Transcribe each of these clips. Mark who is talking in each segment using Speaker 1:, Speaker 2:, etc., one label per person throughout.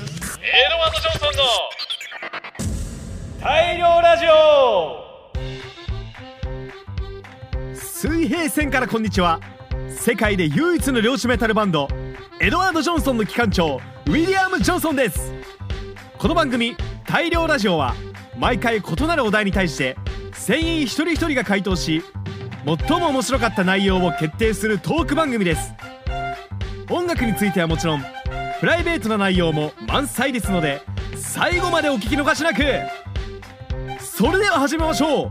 Speaker 1: ワード・ジョンソンの大量ラジオ
Speaker 2: 水平線からこんにちは世界で唯一の漁師メタルバンドエドワード・ジョンソンの機関長ウィリアム・ジョンソンですこの番組「大量ラジオは」毎回異なるお題に対して船員一人一人が回答し最も面白かった内容を決定するトーク番組です音楽についてはもちろんプライベートな内容も満載ですので最後までお聞き逃しなくそれでは始めましょう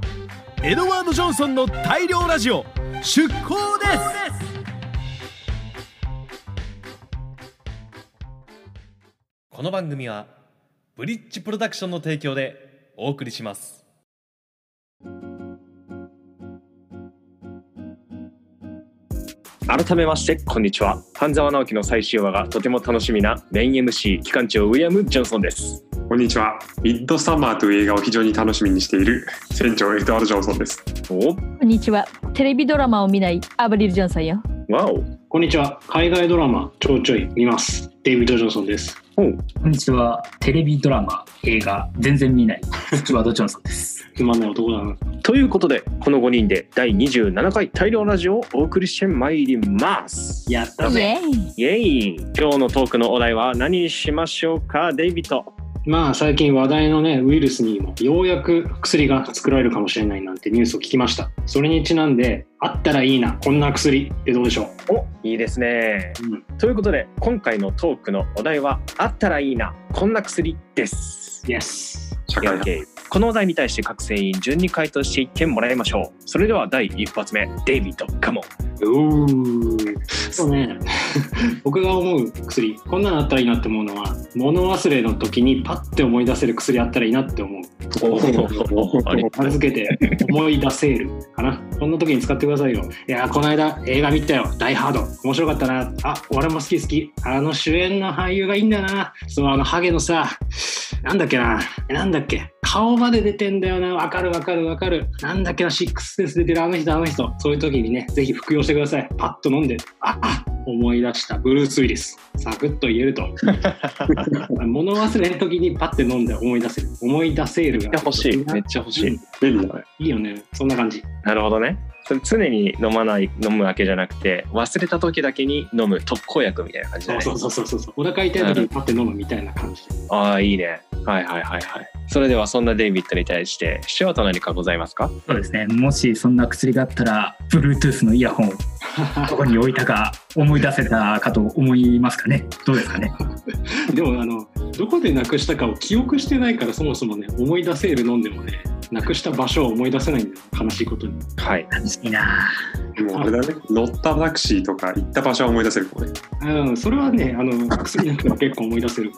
Speaker 2: エドワード・ジョンソンの大量ラジオ出航ですこの番組はブリッジプロダクションの提供でお送りします
Speaker 3: 改めましてこんにちは半沢直樹の最終話がとても楽しみなメイン MC 機関長ウィリアム・ジョンソンです
Speaker 4: こんにちは。ミッドサマーという映画を非常に楽しみにしている船長エドワード・ジョンソンです。
Speaker 5: こ
Speaker 3: お
Speaker 5: んにちは。テレビドラマを見ないアブリル・ジョンさんよ。
Speaker 3: わお
Speaker 6: こんにちは。海外ドラマちょいちょい見ます。デイビッド・ジョンソンです。
Speaker 7: こんにちは。テレビドラマ、映画、全然見ない、スチュワード・ジョンソンです。
Speaker 6: つまんない男だな。
Speaker 3: ということでこの5人で第27回大量ラジオをお送りしてまいります
Speaker 6: やっ
Speaker 5: イエーイ。
Speaker 3: イエイ今日のトークのお題は何にしましょうかデイビッド
Speaker 6: まあ最近話題のね、ウイルスにもようやく薬が作られるかもしれないなんてニュースを聞きました。それにちなんで、あったらいいな、こんな薬ってどうでしょ
Speaker 3: おいいですね
Speaker 6: う、うん、
Speaker 3: ということで今回のトークのお題はあったらいいなこんな薬です
Speaker 6: イエス。
Speaker 4: 社会派。
Speaker 3: OK このお題に対して各船員順に回答していってもらいましょうそれでは第一発目デイビッドカモン
Speaker 6: おーそうね 僕が思う薬こんなのあったらいいなって思うのは物忘れの時にパッて思い出せる薬あったらいいなって思う
Speaker 3: あり
Speaker 6: 名付けて思い出せるかなこんな時に使ってくださいよいやーこの間映画見たよ「ダイ・ハード」面白かったなあ俺も好き好きあの主演の俳優がいいんだなそのあのハゲのさなんだっけななんだっけ顔まで出てんだよなわかるわかるわかるなんだっけなシックスセンス出てるあの人あの人そういう時にねぜひ服用してくださいパッと飲んでああ思い出したブルース・ウィリスサクッと言えると物忘れの時にパッて飲んで思い出せる思い出せるが
Speaker 3: 欲しいめっちゃ欲しい、
Speaker 6: うん
Speaker 4: 便利だね。
Speaker 6: いいよねそんな感じ
Speaker 3: なるほどねそれ常に飲まない飲むわけじゃなくて忘れた時だけに飲む特効薬みたいな感じだ
Speaker 6: そう
Speaker 3: ね
Speaker 6: そうそうそうそうお腹痛い時にパッて飲むみたいな 感じ
Speaker 3: ああいいねはいはいはいはいそれではそんなデイビッドに対してシュワと何かございますか
Speaker 7: そうですね。もしそんな薬があったら、Bluetooth のイヤホンをどこに置いたか思い出せたかと思いますかね。どうですかね。
Speaker 6: でもあのどこでなくしたかを記憶してないからそもそもね思い出せる飲んでもねなくした場所を思い出せないんだよ悲しいことに
Speaker 3: はい
Speaker 7: 楽しいな
Speaker 4: でもあれだね。乗ったタクシーとか行った場所は思い出せるかもね。
Speaker 6: うんそれはねあの薬なくても結構思い出せる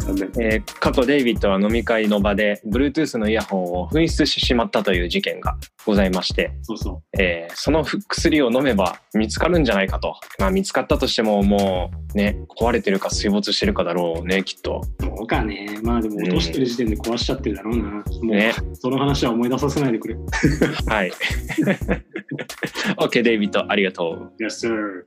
Speaker 4: 残念。
Speaker 3: えー過去デイビッドは飲み会の場で Bluetooth のイヤホンを紛失してしまったという事件がございまして、
Speaker 6: そうそ
Speaker 3: えーその薬を飲めば見つかるんじゃないかと、まあ、見つかったとしてももうね壊れてるか水没してるかだろうねきっと
Speaker 6: うどうかねまあでも落としてる時点で壊しちゃってるだろうな、もう
Speaker 3: ね
Speaker 6: その話は思い出させないでくれ
Speaker 3: はい OK デイビッドありがとう
Speaker 6: Yes sir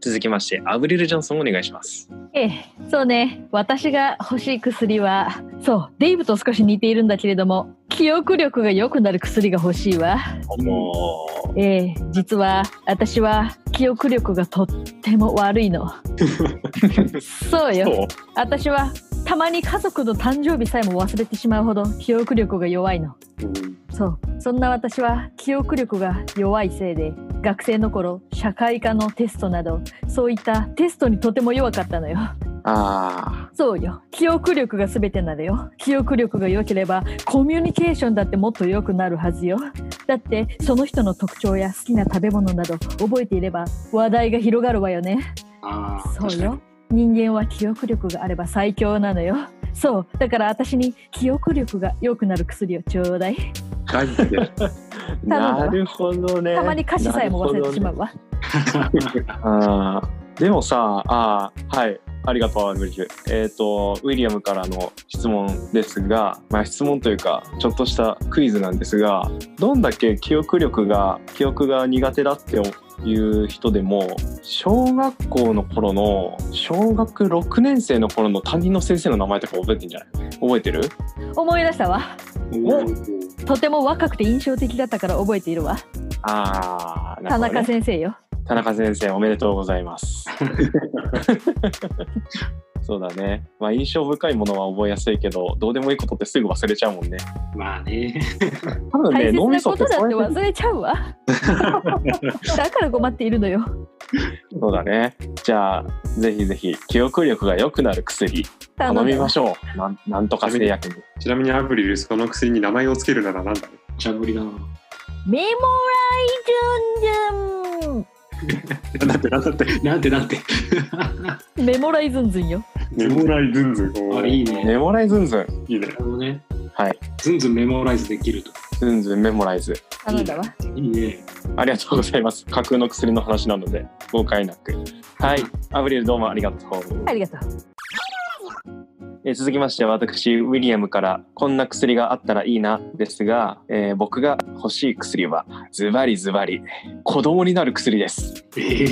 Speaker 3: 続きましてアブリル・ジョンソンお願いします
Speaker 5: ええ、そうね。私が欲しい薬は、そう、デイブと少し似ているんだけれども、記憶力が良くなる薬が欲しいわ。
Speaker 3: もう
Speaker 5: ええ、実は私は記憶力がとっても悪いの。そうよ。
Speaker 3: そう
Speaker 5: 私はたまに家族の誕生日さえも忘れてしまうほど記憶力が弱いの。そうそんな私は記憶力が弱いせいで学生の頃社会科のテストなどそういったテストにとても弱かったのよ
Speaker 3: あ
Speaker 5: そうよ記憶力が全てなのよ記憶力が良ければコミュニケーションだってもっと良くなるはずよだってその人の特徴や好きな食べ物など覚えていれば話題が広がるわよね
Speaker 6: あ
Speaker 5: そ
Speaker 6: あ
Speaker 5: うよ人間は記憶力があれば最強なのよそうだから私に記憶力が良くなる薬をちょうだい
Speaker 4: 大事 で。
Speaker 3: あ
Speaker 5: むわ
Speaker 3: なるほどね
Speaker 5: たまに歌詞さえも忘れてしまうわ、
Speaker 3: あーでもさあーはいありがとう、アルブリヒュ。えっ、と、ウィリアムからの質問ですが、まあ質問というか、ちょっとしたクイズなんですが、どんだけ記憶力が、記憶が苦手だっていう人でも、小学校の頃の、小学6年生の頃の担任の先生の名前とか覚えてんじゃない覚えてる
Speaker 5: 思い出したわ
Speaker 3: お
Speaker 5: とても若くて印象的だったから覚えているわ
Speaker 3: ああ、な
Speaker 5: 田
Speaker 3: る
Speaker 5: 中
Speaker 3: ほどね
Speaker 5: 先生よ
Speaker 3: 田中先生、おめでとうござ います。そうだね。まあ印象深いものは覚えやすいけど、どうでもいいことってすぐ忘れちゃうもんね。
Speaker 6: まあね。
Speaker 3: 多分ね、
Speaker 5: 大切
Speaker 3: 脳み
Speaker 5: な
Speaker 3: そ
Speaker 5: こ
Speaker 3: っ
Speaker 5: と
Speaker 3: て
Speaker 5: だって
Speaker 3: そうやって
Speaker 5: 忘れちゃうわ だから困っているのよ
Speaker 3: そうだね。じゃあ、ぜひぜひ、記憶力が良くなる薬、
Speaker 5: 頼
Speaker 3: 頼
Speaker 5: む
Speaker 3: みましょう。なんなんとか製薬に。
Speaker 4: ちなみにアブリル、その薬に名前をつけるなら何だろう
Speaker 6: ちゃぶりだな。
Speaker 5: メモライズン
Speaker 4: なんだってなんだって。
Speaker 6: なんてなんて。
Speaker 5: ズンメモライズンズンよ
Speaker 4: メモライズンズン。
Speaker 6: あ、いいね。
Speaker 3: メモライズンズン。
Speaker 4: いいね。
Speaker 6: あのね、
Speaker 3: はい。
Speaker 6: ずんずんメモライズできると。
Speaker 3: ズンズンメモライズ。
Speaker 5: 頼んだわ
Speaker 6: いいね。
Speaker 3: ありがとうございます。架空の薬の話なので、誤解なく。はい。アブリルどうもありがとう。
Speaker 5: ありがとう
Speaker 3: えー続きまして私ウィリアムからこんな薬があったらいいなですが、えー僕が欲しい薬はズバリズバリ子供になる薬です
Speaker 6: ええ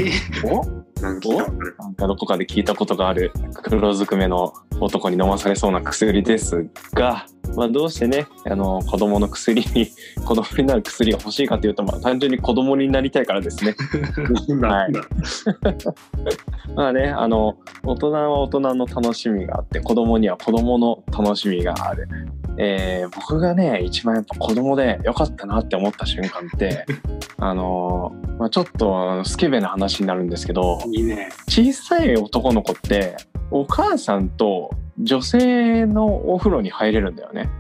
Speaker 3: お
Speaker 4: なんか聞いたことある
Speaker 3: なんかどこかで聞いたことがある黒ずくめの男に飲まされそうな薬ですが、まあ、どうしてねあの子供の薬に子供になる薬が欲しいかというと、まあ、単純に子供になりたいからですね
Speaker 4: なんだ
Speaker 3: はい
Speaker 4: なんだ
Speaker 3: まあね、あの、大人は大人の楽しみがあって、子供には子供の楽しみがある。えー僕がね、一番やっぱ子供で良かったなって思った瞬間 って、あのー、まあ、ちょっとあのスケベな話になるんですけど、
Speaker 6: いい ね。
Speaker 3: 小さい男の子って、お母さんと女性のお風呂に入れるんだよね。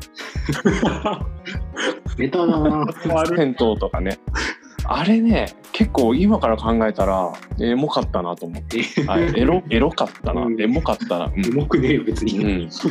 Speaker 6: ベタだな。
Speaker 3: 銭湯とかね。あれね、結構今から考えたら、エモかったなと思って。 あエロ、エロかったな。エモかったな。うん
Speaker 6: 重くねえよ、別に。
Speaker 3: うん、す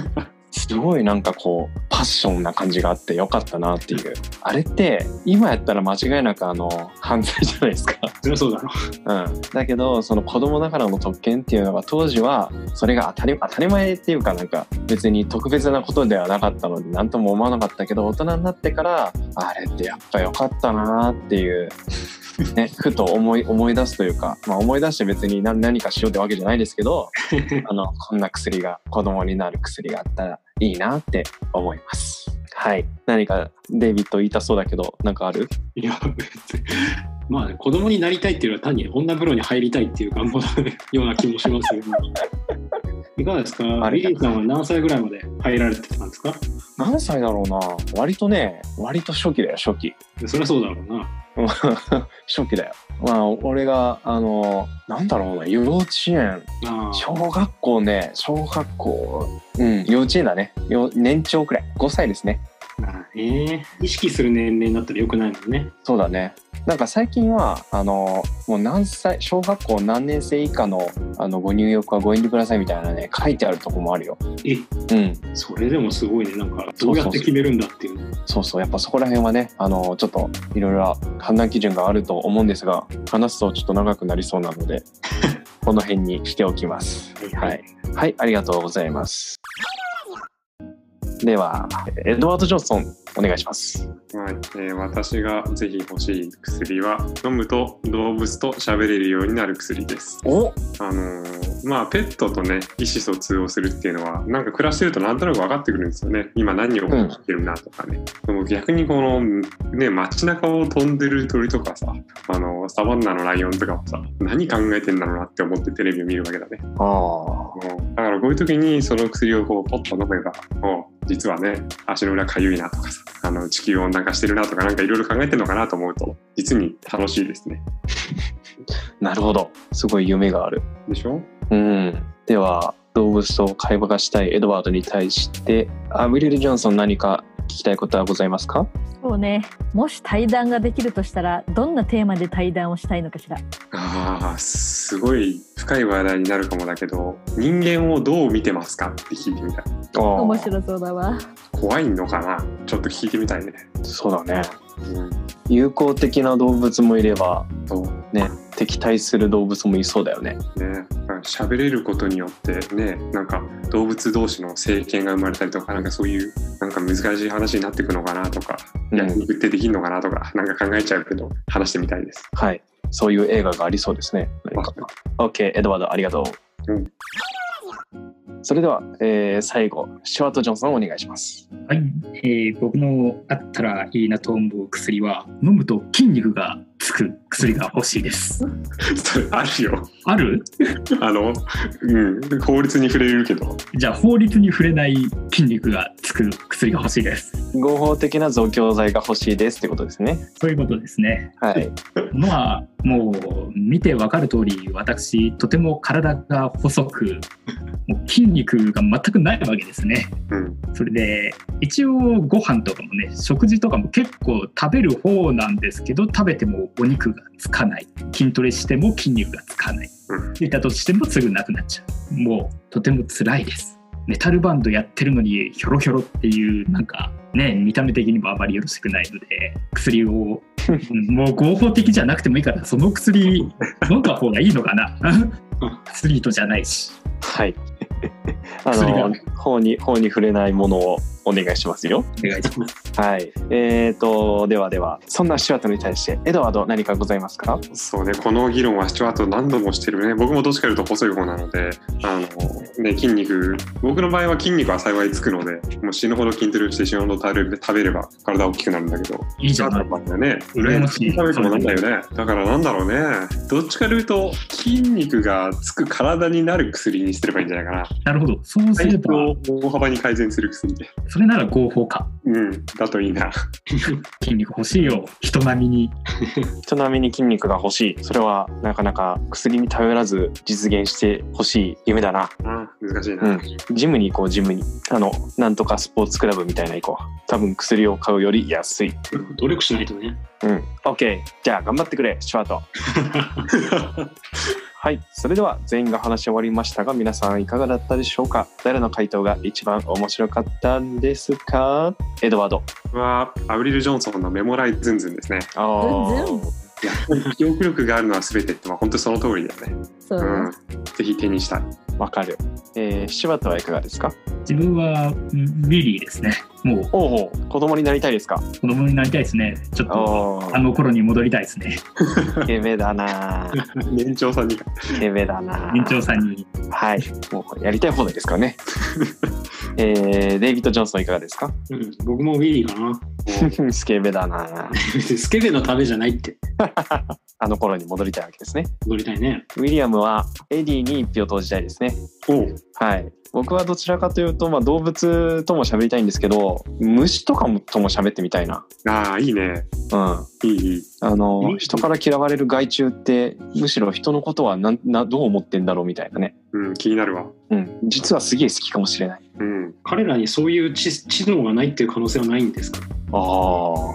Speaker 3: ごいなんかこうパッションな感じがあってよかったなっていうあれって今やったら間違いなくあの犯罪じゃないですか、
Speaker 6: そりゃそうだろ。
Speaker 3: うん、だけどその子供ながらの特権っていうのが当時はそれが当たり当たり前っていうかなんか別に特別なことではなかったので何とも思わなかったけど大人になってからあれってやっぱよかったなって いう。ね、ふと思い思い出すというか、まあ、思い出して別に何何かしようってわけじゃないですけ ど、あの、こんな薬が、子供になる薬があったらいいなって思います。はい。何か、デイビッド言いたそうだけど、なんかある
Speaker 6: いや、別に。まあね、子供になりたいっていうのは単に女風呂に入りたいっていう願望のような気もしますよね。いかがですか
Speaker 3: あり
Speaker 6: リリ
Speaker 3: がとう
Speaker 6: ーさんは何歳ぐらいまで入られてたんですか
Speaker 3: 何歳だろうな割とね、割と初期だよ、初期。
Speaker 6: そりゃそうだろうな。
Speaker 3: 初期だよ。まあ、俺が、あの、なんだろうな、幼稚園、
Speaker 6: ああ
Speaker 3: 小学校ね、小学校、うん、幼稚園だね。よ年長くらい。5歳ですね。
Speaker 6: まあね、意識する年齢になったらよくないもんね。
Speaker 3: そうだね。なんか最近はあのもう何歳小学校何年生以下のあのご入浴はご遠慮くださいみたいなね書いてあるとこもあるよ。
Speaker 6: え、
Speaker 3: うん、
Speaker 6: それでもすごいね、なんかどうやって決めるんだっていうね。
Speaker 3: そうそうやっぱそこら辺はねあのちょっといろいろ判断基準があると思うんですが話すとちょっと長くなりそうなの でこの辺にしておきます。はい、はい、ありがとうございます。ではエドワード・ジョンソンお願いします。
Speaker 4: はいえー私がぜひ欲しい薬は飲むと動物と喋れるようになる薬です。
Speaker 3: お
Speaker 4: あのーまあペットとね意思疎通をするっていうのはなんか暮らしてるとなんとなく分かってくるんですよね今何を
Speaker 3: うん
Speaker 4: 食ってるなとかね、でも逆にこのね街中を飛んでる鳥とかさあのサバンナのライオンとかもさ何考えてんだろうなって思ってテレビを見るわけだね
Speaker 3: ああ
Speaker 4: だからこういう時にその薬をこうポッと飲めばお実はね足の裏かゆいなとかさあの地球温暖化してるなとかなんかいろいろ考えてるのかなと思うと実に楽しいですね
Speaker 3: なるほどすごい夢がある。
Speaker 4: でしょ
Speaker 3: うん、では動物と会話がしたいエドワードに対してアブリル・ジョンソン何か聞きたいことはございますか
Speaker 5: そうねもし対談ができるとしたらどんなテーマで対談をしたいのかしら
Speaker 4: ああすごい深い話題になるかもだけど人間をどう見てますかって聞いてみたい
Speaker 5: 面白そうだわ
Speaker 4: 怖いのかなちょっと聞いてみたいね
Speaker 3: そうだね
Speaker 4: うん
Speaker 3: 友好的な動物もいれば
Speaker 4: そう
Speaker 3: ね敵対する動物もいそうだよね
Speaker 4: ね、喋れることによってねなんか動物同士の政権が生まれたりとかなんかそういうなんか難しい話になっていくのかなとか、
Speaker 3: うん
Speaker 4: 焼肉ってできるのかなとかなんか考えちゃうけど話してみたいです。
Speaker 3: はいそういう映画がありそうですね何か OK エドワードありがとう、
Speaker 4: うん
Speaker 3: それでは、えー最後シュワート・ジョンソンお願いします
Speaker 7: はい、えー僕のあったらいいなと思う薬は飲むと筋肉がつく薬が欲しいです。
Speaker 4: それあるよ
Speaker 7: ある
Speaker 4: あの、うん、法律に触れるけど
Speaker 7: じゃあ法律に触れない筋肉がつく薬が欲しいです。
Speaker 3: 合法的な増強剤が欲しいですってことですね
Speaker 7: そういうことですね。
Speaker 3: はい
Speaker 7: まあもう見てわかる通り私とても体が細 くもう筋肉が全くないわけですね。
Speaker 4: うん
Speaker 7: それで一応ご飯とかもね食事とかも結構食べる方なんですけど食べてもお肉がつかない筋トレしても筋肉がつかない
Speaker 4: うん
Speaker 7: 出たとしてもすぐなくなっちゃうもうとても辛いですメタルバンドやってるのにひょろひょろっていうなんかね見た目的にもあまりよろしくないので薬をうんもう合法的じゃなくてもいいからその薬飲んだ方がいいのかなアスリートじゃないし
Speaker 3: はい。あ
Speaker 7: 薬が
Speaker 3: の法に法に触れないものをお願いしますよ。
Speaker 7: お願いします
Speaker 3: はい。えーとではではそんなシュワートに対してエドワード何かございますか？
Speaker 4: そうねこの議論はシチュワート何度もしてるね僕もどっちかというと細い方なのであの、ね、筋肉僕の場合は筋肉は幸いつくのでもう死ぬほど筋トレをして死ぬほど食べれ食べれば体大きくなるんだけど
Speaker 7: いいじゃない
Speaker 4: だよね。
Speaker 7: 羨ましい
Speaker 4: 食べてもなんだよね。だからなんだろうね。どっちかというと、筋肉がつく体になる薬にすればいいんじゃないかな。
Speaker 7: なるほどそうす
Speaker 4: 体
Speaker 7: れ
Speaker 4: 質
Speaker 7: ば
Speaker 4: を大幅に改善する薬で。
Speaker 7: それなら合法か
Speaker 4: うん、だといいな。
Speaker 7: 筋肉欲しいよ人並みに
Speaker 3: 人並みに筋肉が欲しい。それはなかなか薬に頼らず実現してほしい夢だな。
Speaker 4: あ難しいな。
Speaker 3: うんジムに行こうジムに。あのなんとかスポーツクラブみたいな行こう。多分薬を買うより安い。
Speaker 6: 努力しないとね。
Speaker 3: うん。OK。じゃあ頑張ってくれシュワート。 はい、それでは全員が話し終わりましたが皆さんいかがだったでしょうか誰の回答が一番面白かったんですかエドワード
Speaker 4: は、アブリル・ジョンソンのメモライズンズンですね。
Speaker 3: あ
Speaker 5: ズンズ
Speaker 4: いや、記憶力があるのは全てって、まあ、本当にその通りだよね。
Speaker 5: そうう、
Speaker 4: ん。ぜひ手にしたい。
Speaker 3: ーわかる、えー、柴田はいかがですか
Speaker 7: 自分はうんリリーですねもう
Speaker 3: おうおう子供になりたいですか
Speaker 7: 子供になりたいですねちょっと
Speaker 3: お
Speaker 7: あの頃に戻りたいですね
Speaker 3: イケメだなぁ
Speaker 4: 年長さんに。
Speaker 3: イケメだなぁ
Speaker 7: 年長さんに
Speaker 3: はいもうやりたい放題ですからねえー、デイビッド・ジョンソンいかがですか
Speaker 6: うん、僕もウィリーかな。
Speaker 3: スケベだなぁ
Speaker 6: スケベのためじゃないって
Speaker 3: あの頃に戻りたいわけですね
Speaker 6: 踊りたいね。
Speaker 3: ウィリアムはエディに一票投じたいですね
Speaker 4: おう
Speaker 3: はい、僕はどちらかというと、まあ、動物とも喋りたいんですけど虫とかもとも喋ってみたいな、
Speaker 4: ああ、いいね。
Speaker 3: うん、あ
Speaker 4: いい、いい。
Speaker 3: の
Speaker 4: え
Speaker 3: 人から嫌われる害虫ってむしろ人のことはなんなどう思ってんだろうみたいなね、
Speaker 4: うん、気になるわ。
Speaker 3: うん、実はすげえ好きかもしれない
Speaker 4: うん。
Speaker 6: 彼らにそういう知知能がないっていう可能性はないんですか
Speaker 3: ああ
Speaker 6: こ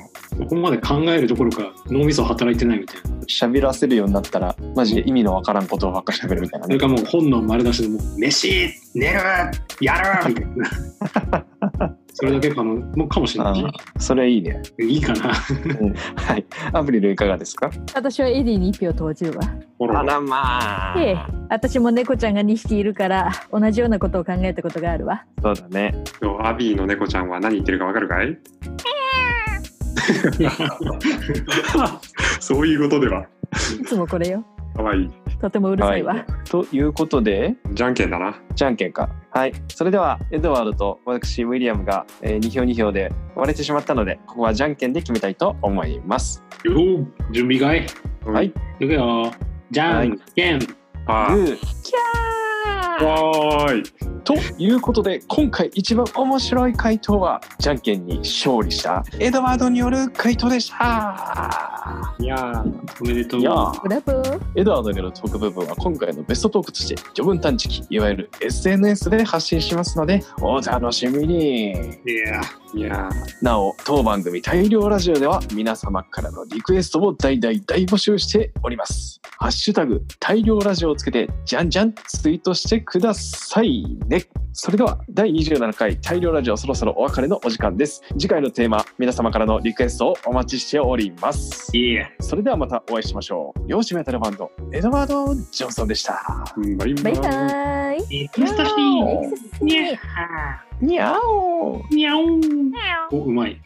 Speaker 6: こまで考えるどころか脳みそ働いてないみたいな。
Speaker 3: 喋らせるようになったらマジで意味のわからんことばっかり喋るみたいな
Speaker 6: それ
Speaker 3: ね
Speaker 6: かもう本能丸出しでもう飯寝るやるみたいなそれだけかのもうかもしれ
Speaker 3: あ
Speaker 6: ない
Speaker 3: ーそれいいね、
Speaker 6: いいかな
Speaker 3: うん、はいアブリルいかがですか
Speaker 5: 私はエディに一票投じるわ
Speaker 4: ほら。
Speaker 3: らま
Speaker 5: ええ私も猫ちゃんが2匹いるから同じようなことを考えたことがあるわ
Speaker 3: そうだね
Speaker 4: そうアビーの猫ちゃんは何言ってるかわかるかい そういうことではい
Speaker 5: つもこれよ
Speaker 4: かわいい
Speaker 5: とてもうるさいわ、
Speaker 3: はということで
Speaker 4: じゃんけんだな
Speaker 3: じゃんけんか。はい。それでは、エドワードと私、ウィリアムが、えー2票2票で割れてしまったので、ここはじゃんけんで決めたいと思います。
Speaker 6: よー準備がい
Speaker 3: はい。
Speaker 6: いくよじゃんけん、
Speaker 4: は
Speaker 3: グー
Speaker 5: キャー
Speaker 4: わーい
Speaker 3: ということで、今回一番面白い回答は、じゃんけんに勝利した、エドワードによる回答でした。
Speaker 4: いやー
Speaker 6: おめでとう
Speaker 3: いやー
Speaker 5: ブラボー
Speaker 3: エドワードによるトーク部分は今回のベストトークとして、序文探知機、いわゆる SNS で発信しますので、お楽しみに。
Speaker 6: いや
Speaker 4: いや
Speaker 3: なお当番組大量ラジオでは皆様からのリクエストを大々大募集しておりますハッシュタグ大量ラジオをつけてじゃんじゃんツイートしてくださいねそれでは第27回大量ラジオそろそろお別れのお時間です次回のテーマ皆様からのリクエストをお待ちしております
Speaker 6: き。
Speaker 3: それではまたお会いしましょう。漁師メタルバンド、エドワード・ジョンソンでした。
Speaker 4: うんバイバ
Speaker 5: バ
Speaker 4: イ
Speaker 5: イバイ。
Speaker 6: リクエストしていい
Speaker 5: エクセス
Speaker 6: にゃ
Speaker 5: に
Speaker 6: ー
Speaker 3: にゃお
Speaker 6: um にゃおんお、うまい。